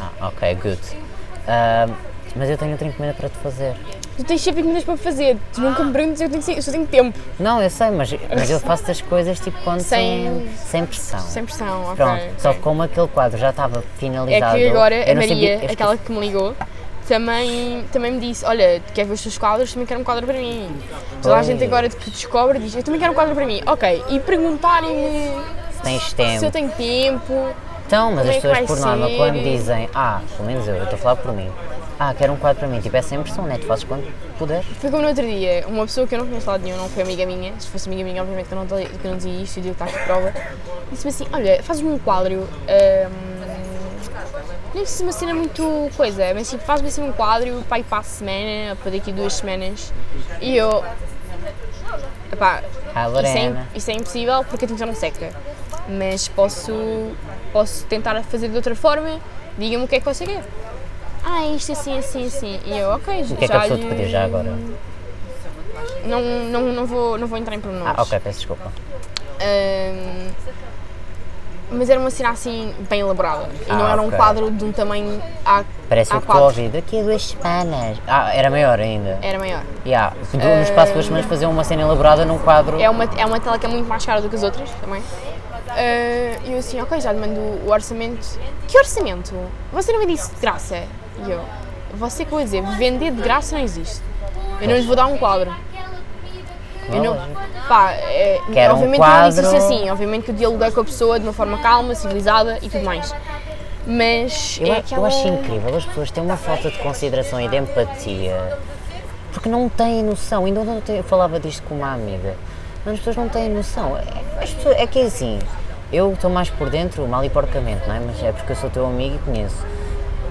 S1: Ah, ok, good. Ah, mas eu tenho outra encomenda para te fazer.
S2: Tu tens sempre minutos para fazer. Tu nunca me perguntas, eu, tenho, que ser- eu só tenho tempo.
S1: Não, eu sei, mas, mas eu faço as coisas tipo quando
S2: Sem-
S1: sem, sem pressão.
S2: Sem pressão, ok.
S1: Pronto, só
S2: ok.
S1: que como aquele quadro já estava
S2: É
S1: finalizado.
S2: que agora a
S1: eu não
S2: Maria,
S1: sabia- eu
S2: aquela que me ligou, também, também me disse: Olha, quer ver os teus quadros? Também quero um quadro para mim. Toda a
S1: Pois.
S2: gente agora que descobre diz: Eu também quero um quadro para mim. Ok, e perguntarem-me
S1: esqueci- Tens
S2: se eu
S1: tempo.
S2: tenho tempo.
S1: Então, mas
S2: como
S1: as
S2: é que
S1: pessoas
S2: vai
S1: por norma,
S2: ser?
S1: quando dizem, ah, pelo menos eu, eu estou a falar por mim, ah, quero um quadro para mim, tipo, é sem pressão, né? Tu fazes quando puder.
S2: Foi como no outro dia, uma pessoa que eu não conheço de lado nenhum, não foi amiga minha, se fosse amiga minha, obviamente que eu não, te- que eu não dizia isto e o Diogo está aqui de prova, disse-me assim: Olha, faz-me um quadro. hum, nem precisa de uma cena muito coisa, mas tipo, faz-me assim um quadro para ir para a semana, ou para daqui a duas semanas. E eu. Epá,
S1: Ah,
S2: isso é, im-
S1: Lorena.
S2: isso é impossível porque a tinta não seca. Mas posso, posso tentar fazer de outra forma. Diga-me o que é que você quer. Ah, isto assim, assim, assim. E eu, ok,
S1: O que é que a pessoa te pediu já agora?
S2: Não, não, não, vou, não vou entrar em pormenores.
S1: Ah, ok, peço desculpa.
S2: Ahm, mas era uma cena assim bem elaborada. E não
S1: Ah,
S2: era um
S1: ok.
S2: quadro de um tamanho A,
S1: Parece o
S2: A4.
S1: Covid, daqui a duas semanas. Ah, era maior ainda.
S2: Era maior.
S1: Yeah. Du- No espaço de duas semanas fazer uma cena elaborada num quadro.
S2: Eh, É uma, é uma tela que é muito mais cara do que as outras também. Ah, E eu assim, ok, já lhe mando o orçamento. Que orçamento? Você não vende isso de graça? E eu, você que eu vou dizer, vender de graça não existe. Eu não lhes vou dar um quadro. Eu não, pá, é,
S1: Quero um
S2: obviamente
S1: quadro.
S2: não disse isto assim, obviamente que eu dialoguei com a pessoa de uma forma calma, civilizada e tudo mais. Mas
S1: Eu,
S2: é
S1: a-
S2: aquela...
S1: eu acho incrível, as pessoas têm uma falta de consideração e de empatia porque não têm noção. Ainda ontem eu falava disto com uma amiga, mas as pessoas não têm noção. É- As pessoas, é que é assim, eu estou mais por dentro, mal e porcamente, não é? Mas é porque eu sou teu amigo e conheço.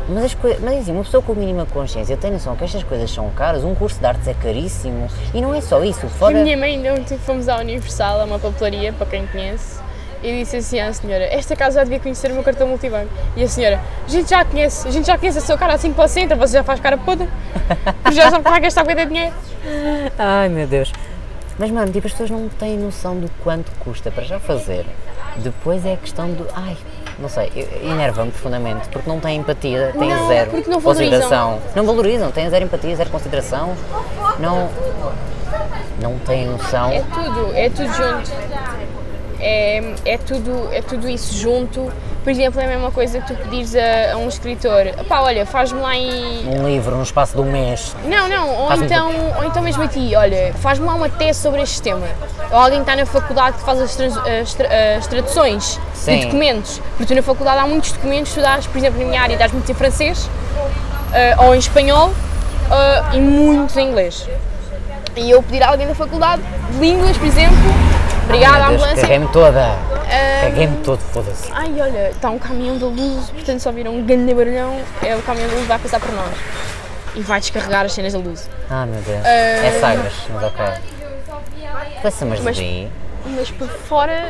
S1: Mas, as coi- mas assim, uma pessoa com mínima consciência tem noção que estas coisas são caras, um curso de artes é caríssimo e não é só isso.
S2: A
S1: Fora...
S2: minha mãe ainda ontem fomos à Universal, a uma papelaria, para quem conhece, e disse assim à senhora, esta casa já devia conhecer o meu cartão multibanco. E a senhora, a gente já conhece, a gente já conhece a sua cara assim para centro, você já faz cara podre, já sabe que vai gastar com de dinheiro.
S1: Ai meu Deus. Mas mano, tipo, as pessoas não têm noção do quanto custa para já fazer. Depois é a questão do. Ai, não sei, eu- enerva-me profundamente, porque não têm empatia, têm
S2: Não,
S1: zero
S2: porque não
S1: consideração. Não valorizam, têm zero empatia, zero consideração. Não. Não têm noção.
S2: É tudo, é tudo junto. É, é tudo, é tudo isso junto. Por exemplo, é a mesma coisa que tu pedires a, a um escritor, pá, olha, faz-me lá em,
S1: Um livro no espaço de um mês.
S2: Não, não, ou
S1: Faz-me
S2: então, ou então mesmo a ti, olha, faz-me lá uma tese sobre este tema. Ou alguém que está na faculdade que faz as, trans- eh, as tra- as traduções
S1: Sim.
S2: de documentos. Porque tu na faculdade há muitos documentos, tu dás, por exemplo, na minha área, dás muitos em francês, ah, ou em espanhol, ah, e muitos em inglês. E eu pedir a alguém da faculdade, de línguas, por exemplo, obrigada, à
S1: Meu Deus,
S2: ambulância.
S1: caguei-me toda.
S2: ah,
S1: Caguei-me todo, foda-se.
S2: Ai, olha, está um caminhão da luz, portanto só viram um grande barulhão, é, o caminhão da luz vai passar por nós. E vai descarregar as cenas da luz.
S1: Ah meu Deus. É sagas, mas ok. Passa, mas,
S2: Mas-
S1: daí.
S2: Mas por fora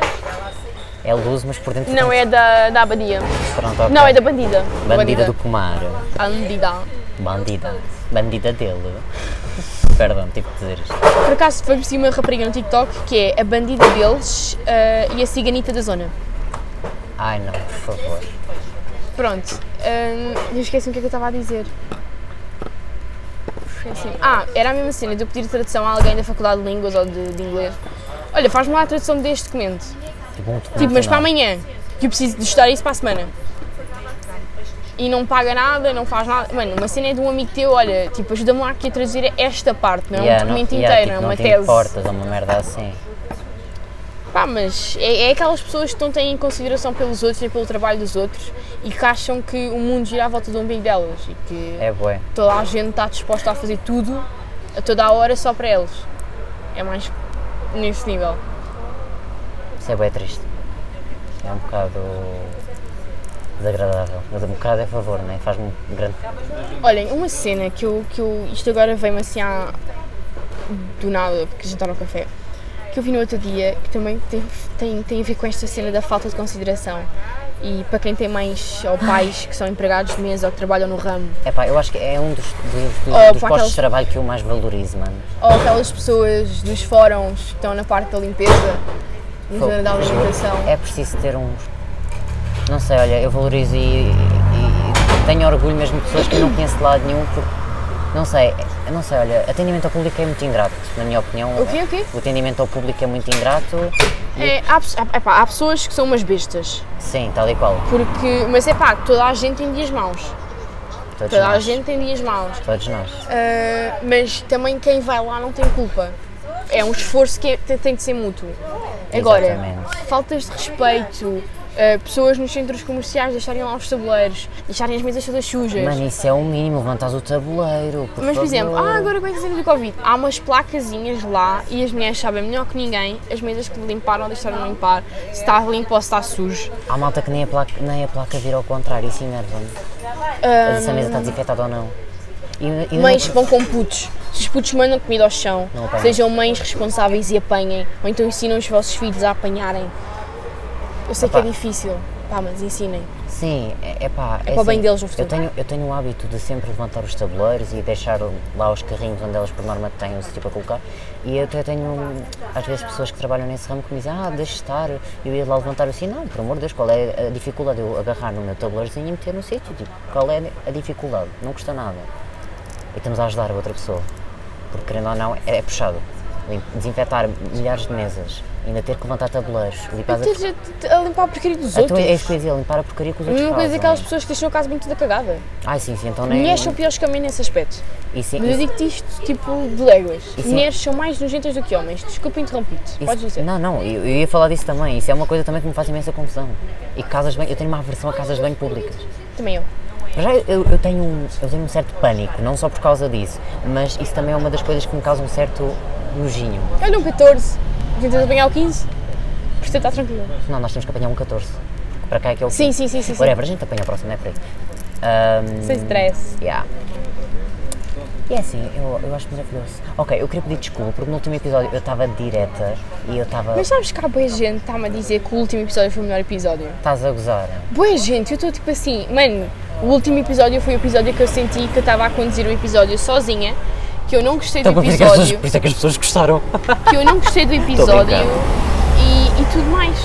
S1: É luz, mas por dentro
S2: Não, é da, da abadia.
S1: Pronto, ok.
S2: Não, é da né? bandida.
S1: Bandida do pomar.
S2: Bandida.
S1: Bandida. Bandida dele. Perdão, tive que dizer isto.
S2: Por acaso foi por cima uma rapariga no TikTok que é a bandida deles ah, e a ciganita da zona.
S1: Ai não, por favor. Tipo,
S2: Pronto. hum, eu esqueci o que é que eu estava a dizer. Esqueci. Ah, era a mesma cena de eu pedir tradução a alguém da faculdade de línguas ou de, de inglês. Olha, faz-me lá a tradução deste documento.
S1: Tipo, um documento
S2: Tipo, mas para
S1: enorme.
S2: amanhã. Que eu preciso de estudar isso para a semana. e não paga nada, não faz nada. Mano, uma cena é de um amigo teu, olha, tipo, ajuda-me lá aqui a traduzir esta parte, não é
S1: Yeah,
S2: um documento
S1: não-
S2: inteiro,
S1: yeah,
S2: é
S1: tipo,
S2: uma
S1: não te
S2: tese.
S1: importas, ou uma merda assim.
S2: Pá, mas é, é aquelas pessoas que não têm consideração pelos outros nem pelo trabalho dos outros e que acham que o mundo gira à volta do umbigo delas e que
S1: É bué.
S2: toda a gente está disposta a fazer tudo a toda a hora só para eles. É mais nesse nível.
S1: Isso é bué triste. É um bocado desagradável. Mas um bocado é a favor, né? Faz-me um grande.
S2: Olhem, uma cena que eu, que eu isto agora veio-me assim à, do nada, porque a gente está no café, que eu vi no outro dia, que também tem, tem, tem a ver com esta cena da falta de consideração. E para quem tem mães ou pais que são empregados de mesa ou que trabalham no ramo,
S1: É pá, eu acho que é um dos, dos, dos-
S2: Oh,
S1: dos
S2: pá,
S1: postos
S2: aqueles-
S1: de trabalho que eu mais valorizo, mano.
S2: ou aquelas pessoas dos fóruns que estão na parte da limpeza, na
S1: Fogo.
S2: zona da alimentação.
S1: É preciso ter uns. Não sei, olha, eu valorizo e, e- e tenho orgulho mesmo de pessoas que eu não conheço de lado nenhum, porque. Não sei, eu não sei, olha, atendimento ao público é muito ingrato, na minha opinião.
S2: O quê, o quê?
S1: O atendimento ao público é muito ingrato.
S2: É, há, pes- há- epá, há pessoas que são umas bestas,
S1: Sim, tal e qual.
S2: porque, mas é pá, toda a gente tem dias maus.
S1: Todos
S2: Toda
S1: nós.
S2: a gente tem dias maus.
S1: Todos nós.
S2: Uh, mas também quem vai lá não tem culpa. É um esforço que é- tem, tem de ser mútuo. Agora,
S1: Exatamente.
S2: faltas de respeito, uh, pessoas nos centros comerciais deixarem lá os tabuleiros, deixarem as mesas todas sujas.
S1: Mano, isso é o mínimo, levantas o tabuleiro. Por
S2: mas, por exemplo,
S1: favor.
S2: ah, agora com a cena do Covid, há umas placazinhas lá e as mulheres sabem melhor que ninguém as mesas que limparam ou deixaram de limpar, se está limpo ou se está sujo.
S1: Há malta que nem a placa, nem a placa vira ao contrário, isso enerva-me. Mas essa mesa está desinfetada ou não? E, e
S2: Mães que vão com putos. Se os putos mandam comida ao chão,
S1: Não apanham.
S2: sejam mães responsáveis e apanhem, ou então ensinem os vossos filhos a apanharem. Eu sei que
S1: Opa.
S2: é difícil, pá, mas ensinem.
S1: Sim, é, é pá. É,
S2: para o bem
S1: assim,
S2: deles no futuro.
S1: Eu tenho, eu tenho o hábito de sempre levantar os tabuleiros e deixar lá os carrinhos onde elas por norma têm o sítio para colocar. E eu até tenho, às vezes, pessoas que trabalham nesse ramo que me dizem, ah, deixa estar. E eu ia lá levantar assim, não, por amor de Deus, qual é a dificuldade de eu agarrar no meu tabuleirozinho e meter no sítio? Tipo, qual é a dificuldade? Não custa nada. E estamos a ajudar a outra pessoa. Porque, querendo ou não, é, é puxado. Lim- Desinfetar milhares de mesas, ainda ter que levantar tabuleiros, limpar as...
S2: Esteja a limpar a porcaria dos
S1: é Então
S2: outros.
S1: é isso que eu ia dizer, limpar a porcaria que os
S2: A
S1: outros
S2: mesma coisa
S1: fazem.
S2: que aquelas pessoas que deixam a casa bem toda cagada.
S1: Ai, sim, sim, então nem.
S2: Mulheres são piores que homens nesse aspecto.
S1: E sim,
S2: é Mas eu
S1: isso-
S2: digo-te isto, tipo, de léguas.
S1: Isso é-
S2: Mulheres são mais nojentas do que homens. Desculpa interromper-te.
S1: isso-
S2: Podes dizer.
S1: Não, não, eu, eu ia falar disso também. Isso é uma coisa também que me faz imensa confusão. E casas de banho, eu tenho uma aversão a casas de banho públicas.
S2: Também eu.
S1: Mas já eu, eu tenho um, eu tenho um certo pânico, não só por causa disso, mas isso também é uma das coisas que me causa um certo nojinho.
S2: Olha um 14. Tentas apanhar o 15. Portanto, está tranquilo.
S1: Não, nós temos que apanhar um 14. porque Para cá é que é o.
S2: Sim, sim, sim, sim. sim.
S1: Whatever, a gente apanha o próximo, não é por aí. Ahm,
S2: Sem stress.
S1: Yeah. E é assim, eu, eu acho maravilhoso. Ok, eu queria pedir desculpa porque no último episódio eu estava direta e eu estava.
S2: Mas sabes que há boa gente que está-me a dizer que o último episódio foi o melhor episódio?
S1: Estás a gozar.
S2: Boa gente, eu estou tipo assim, mano, o último episódio foi o episódio que eu senti que eu estava a conduzir o episódio sozinha, que eu não gostei do
S1: Então, por isso é que as pessoas-
S2: episódio,
S1: por isso é que as pessoas gostaram.
S2: que eu não gostei do episódio
S1: brincando.
S2: e, e tudo mais.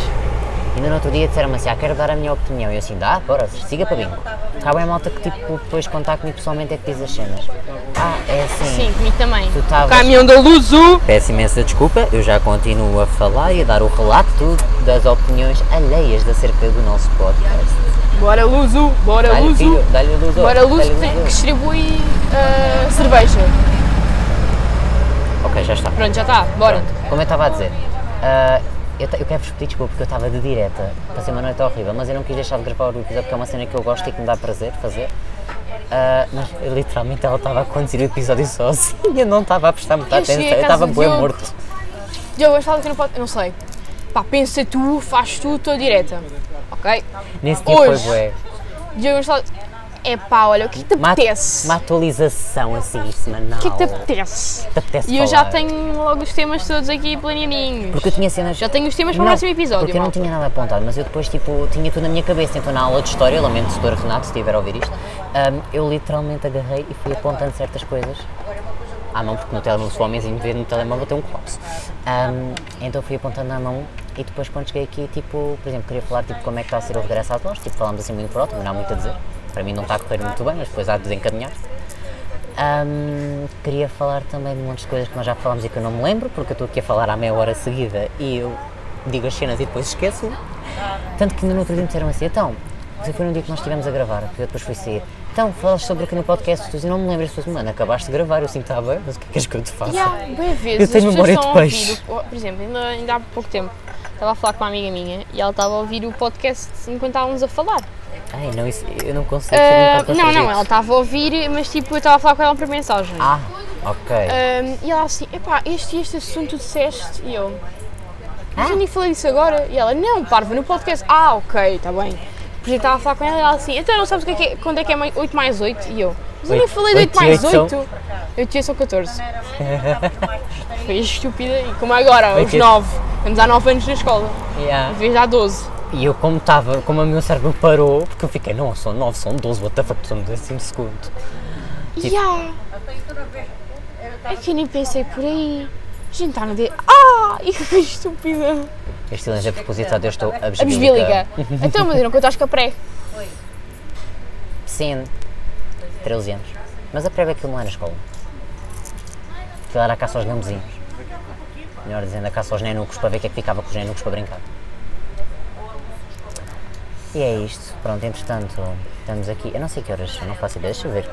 S1: Ainda no outro dia disseram-me assim, ah, quero dar a minha opinião. E eu assim, dá, bora, siga para bingo. Cá bem a malta que tipo, depois contacta comigo pessoalmente é que diz as cenas. Ah, é assim.
S2: Sim, comigo também.
S1: Tu
S2: O
S1: estavas...
S2: caminhão da Luzu!
S1: Peço imensa desculpa, eu já continuo a falar e a dar o relato das opiniões alheias acerca do nosso podcast.
S2: Bora Luzu! Bora
S1: Dá-lhe
S2: Luzu!
S1: filho, dá-lhe luz hoje,
S2: Bora Luzu
S1: dá-lhe
S2: que, tem- que
S1: hoje.
S2: distribui ah, cerveja.
S1: Ok, já está.
S2: Pronto, já está, bora.
S1: Como eu estava a dizer, ah, eu, te- eu quero vos pedir desculpa porque eu estava de direta, passei uma noite horrível, mas eu não quis deixar de gravar o episódio porque é uma cena que eu gosto e que me dá prazer fazer. Ah, mas eu, literalmente ela estava a conduzir o episódio sozinha, não estava a prestar muita
S2: Eu cheguei
S1: atenção,
S2: à
S1: eu
S2: casa um
S1: estava
S2: do
S1: bem
S2: Diogo.
S1: morto.
S2: Diogo, vamos falar do que não pode. Não sei. Pá, pensa tu, faz tu, estou direta. Ok?
S1: Nesse dia foi
S2: Hoje.
S1: bué.
S2: Diogo Gonçalves, é pá, olha, o que é que te
S1: Uma,
S2: apetece?
S1: uma atualização assim semanal.
S2: O que é que te apetece?
S1: Te apetece
S2: E eu já
S1: falar?
S2: tenho logo os temas todos aqui planeadinhos.
S1: Porque eu tinha cenas.
S2: Já tenho os temas para o
S1: Não,
S2: próximo episódio,
S1: Porque eu não
S2: malta.
S1: tinha nada apontado, mas eu depois tipo, tinha tudo na minha cabeça. Então na aula de história, eu lamento se o Dr. Renato se estiver a ouvir isto, ahm, eu literalmente agarrei e fui apontando certas coisas à mão, porque no telemóvel, se o homenzinho ver no telemóvel, tem um colapso. Ahm, então fui apontando à mão e depois quando cheguei aqui, tipo, por exemplo, queria falar tipo, como é que está a ser o regresso às aulas, tipo, falámos assim muito por alto, mas não há muito a dizer. Para mim não está a correr muito bem, mas depois há de desencaminhar. Ahm, queria falar também de um monte de coisas que nós já falámos e que eu não me lembro, porque eu estou aqui a falar à meia hora seguida e eu digo as cenas e depois esqueço. Tanto que ainda no outro dia me disseram assim, então, Mas foi num dia que nós estivemos a gravar, que eu depois fui sair. Então, falas sobre aqui no podcast, tu dizes, não me lembro esta semana, acabaste de gravar, eu assim, tá bem, mas o que é que és que eu te faça?
S2: Yeah, bem vezes.
S1: Eu tenho
S2: as pessoas
S1: memória de
S2: estão a ouvir
S1: peixe.
S2: o- por exemplo, ainda, ainda há pouco tempo estava a falar com uma amiga minha e ela estava a ouvir o podcast enquanto estávamos a falar.
S1: Ai, não, isso, eu não consigo.
S2: Ah,
S1: ser um
S2: não, não,
S1: contradizer.
S2: ela estava a ouvir, mas tipo, eu estava a falar com ela por mensagem.
S1: Ah, ok.
S2: Ah, e ela assim, epá, este e este assunto tu disseste e eu.
S1: Ah?
S2: Mas eu nem falei disso agora. E ela, não, parva, no podcast. Ah, ok, está bem. Porque eu estava a falar com ela e ela assim, então não sabes o que é que é- quando é que é mai- 8 mais 8? E eu, mas eu nem
S1: Oito-
S2: falei de 8
S1: oito e
S2: mais
S1: oito são-
S2: 8. 8 e 8 são 14. Foi estúpida. E como é agora,
S1: Oito
S2: os
S1: e-
S2: 9. Estamos há 9 anos na escola. Em
S1: Yeah.
S2: vez de há 12.
S1: E eu, como estava, como o meu cérebro parou, porque eu fiquei, não, são 9, são 12, what the fuck, são 12 segundos. Tipo-
S2: Ya! É que eu nem pensei por aí. A gente está no dia. Ah! E que estúpida.
S1: Este silêncio é propositado, eu estou
S2: A
S1: absbílica.
S2: bisbílica. Então, mas eu não contaste com a pré.
S1: Sim, 13 anos. Mas a prévia aquilo não é na escola. Aquilo era a caça aos gambezinhos. Melhor dizendo, a caça aos nenucos para ver o que é que ficava com os nenucos para brincar. E é isto. Pronto, entretanto, estamos aqui. Eu não sei que horas, eu não faço ideia, deixa eu ver.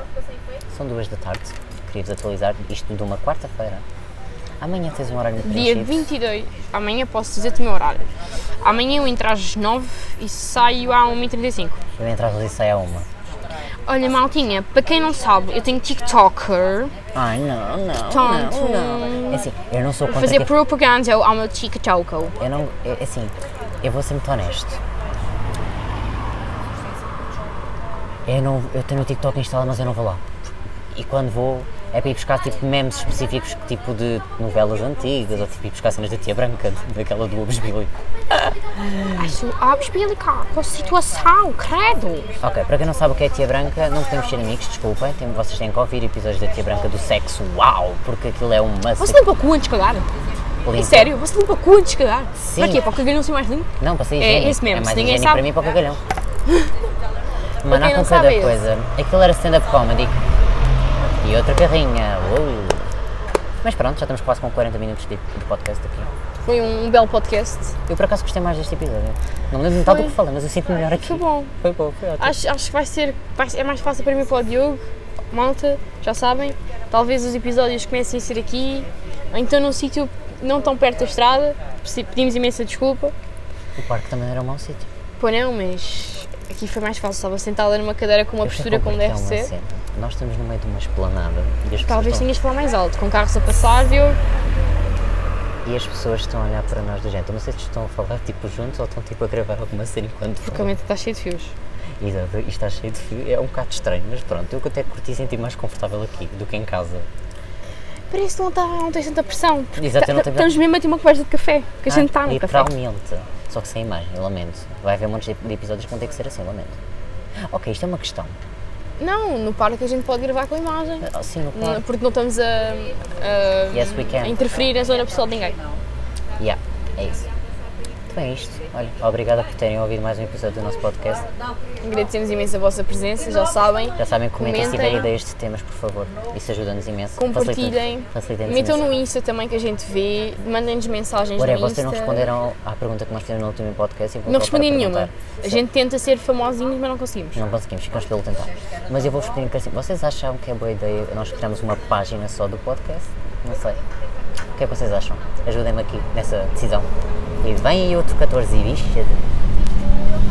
S1: São duas da tarde. Queria-vos atualizar isto de uma quarta-feira. Amanhã tens um horário
S2: Dia
S1: preenchido.
S2: 22. Amanhã posso dizer-te o meu horário. Amanhã eu entro às 9 e saio à 1h35.
S1: Eu entro às 12 e saio a uma.
S2: Olha, maltinha, para quem não sabe, eu tenho TikToker.
S1: Ai, não, não,
S2: Portanto,
S1: não, não. É assim, eu não sou contra
S2: Fazer
S1: quem-
S2: propaganda ao meu TikToker.
S1: Eu não. eu- assim, eu vou ser muito honesto. Eu, não, eu tenho o TikTok instalado, mas eu não vou lá. E quando vou, é para ir buscar tipo memes específicos, tipo de novelas antigas, ou tipo ir buscar cenas da Tia Branca, daquela do Obes Billy.
S2: Ai, sou absbílica com a situação, credo.
S1: Ok, para quem não sabe o que é Tia Branca, não podemos ser amigos, desculpem. Tem, vocês têm que ouvir episódios da Tia Branca do sexo, uau! Porque aquilo é uma.
S2: Você limpa cu antes de cagar?
S1: limpa.
S2: É sério, você limpa cu antes de cagar?
S1: Sim.
S2: Para quê? Para o cagalhão ser mais limpo?
S1: Não, passei
S2: É
S1: higiênico.
S2: esse mesmo,
S1: É mais
S2: se ninguém
S1: higiênico
S2: sabe.
S1: para mim e para o cagalhão. Mas
S2: Para
S1: não
S2: quem
S1: com
S2: não
S1: cada
S2: sabe, é esse.
S1: coisa. Aquilo era stand-up comedy. E outra carrinha. Uou. Mas pronto, já estamos quase com 40 minutos de, de podcast aqui.
S2: Foi um belo podcast.
S1: Eu por acaso gostei mais deste episódio. Não me lembro metade do
S2: Foi.
S1: que falei, mas eu sinto melhor aqui.
S2: Foi bom.
S1: Foi bom, foi ótimo.
S2: Acho, acho que vai ser. vai ser- é mais fácil para mim e para o Diogo. Malta, já sabem. Talvez os episódios comecem a ser aqui. Ou então num sítio não tão perto da estrada. Pedi- Pedimos imensa desculpa.
S1: O parque também era um mau sítio.
S2: Pô, não, mas aqui foi mais fácil. Estava sentada numa cadeira com uma
S1: Eu sei
S2: postura
S1: qual
S2: como
S1: é que é
S2: deve
S1: uma
S2: ser.
S1: cena. Nós estamos no meio de uma esplanada e as, pessoas
S2: Talvez
S1: estão,
S2: tenhas de falar mais alto, com carros a passar, Diogo.
S1: e as pessoas estão a olhar para nós do gente. Eu não sei se estão a falar tipo juntos ou estão tipo a gravar alguma cena enquanto
S2: Porque a
S1: falam.
S2: mente está cheia de fios.
S1: Exato, isto está cheio de fio, é um bocado estranho, mas pronto, eu até curti sentir mais confortável aqui do que em casa.
S2: Parece que não, tá, não tens tanta pressão. porque
S1: Exato, eu não
S2: tá-
S1: tenho- Ah,
S2: Estamos mesmo a ter uma conversa de café, que a gente está no café.
S1: Literalmente, só que sem imagem, eu lamento. Vai haver um monte de episódios que vão ter que ser assim, eu lamento. Ok, isto é uma questão.
S2: Não, no parque a gente pode gravar com a imagem.
S1: Ah, Sim, no
S2: Não,
S1: claro.
S2: Porque não estamos a, a-
S1: Yes, we can.
S2: a interferir na zona pessoal de ninguém.
S1: Yeah, é isso. Então é isto. Olha, obrigada por terem ouvido mais um episódio do nosso podcast.
S2: Agradecemos imenso a vossa presença, já sabem.
S1: Já sabem, comentem, se tiverem
S2: Comentem.
S1: ideias de temas, por favor. Isso ajuda-nos imenso.
S2: Compartilhem.
S1: Facilita- Facilita-nos
S2: Metam no
S1: imenso.
S2: Insta também que a gente vê, mandem-nos mensagens
S1: Ora, é,
S2: no
S1: vocês
S2: Insta.
S1: não responderam à pergunta que nós fizemos no último podcast. e vou
S2: Não
S1: voltar a
S2: respondi nenhuma.
S1: perguntar.
S2: A gente tenta ser famosinhos, mas não conseguimos.
S1: Não conseguimos, ficamos pelo tentar. Mas eu vou-vos pedir que assim, vocês acham que é boa ideia nós criarmos uma página só do podcast? Não sei. O que é que vocês acham? Ajudem-me aqui nessa decisão. E vem aí outro 14 e bicho.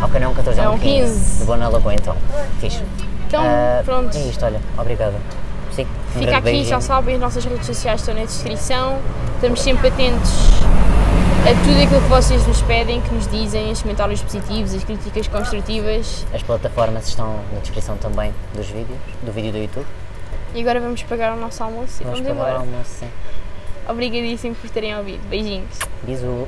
S1: Ok, não é um 14, é
S2: É
S1: um
S2: um
S1: 15.
S2: 15.
S1: Vou na lagoa então. Fixe.
S2: Então,
S1: Ah,
S2: pronto.
S1: É isto, olha. Obrigada. Sim, um grande
S2: Fica aqui,
S1: beijinho.
S2: já sabem, as nossas redes sociais estão na descrição. Estamos sempre atentos a tudo aquilo que vocês nos pedem, que nos dizem, os comentários positivos, as críticas construtivas.
S1: As plataformas estão na descrição também dos vídeos, do vídeo do YouTube.
S2: E agora vamos pagar o nosso almoço e vamos,
S1: pagar o
S2: embora.
S1: almoço, sim.
S2: Obrigadíssimo por terem ouvido. Beijinhos.
S1: Bisu.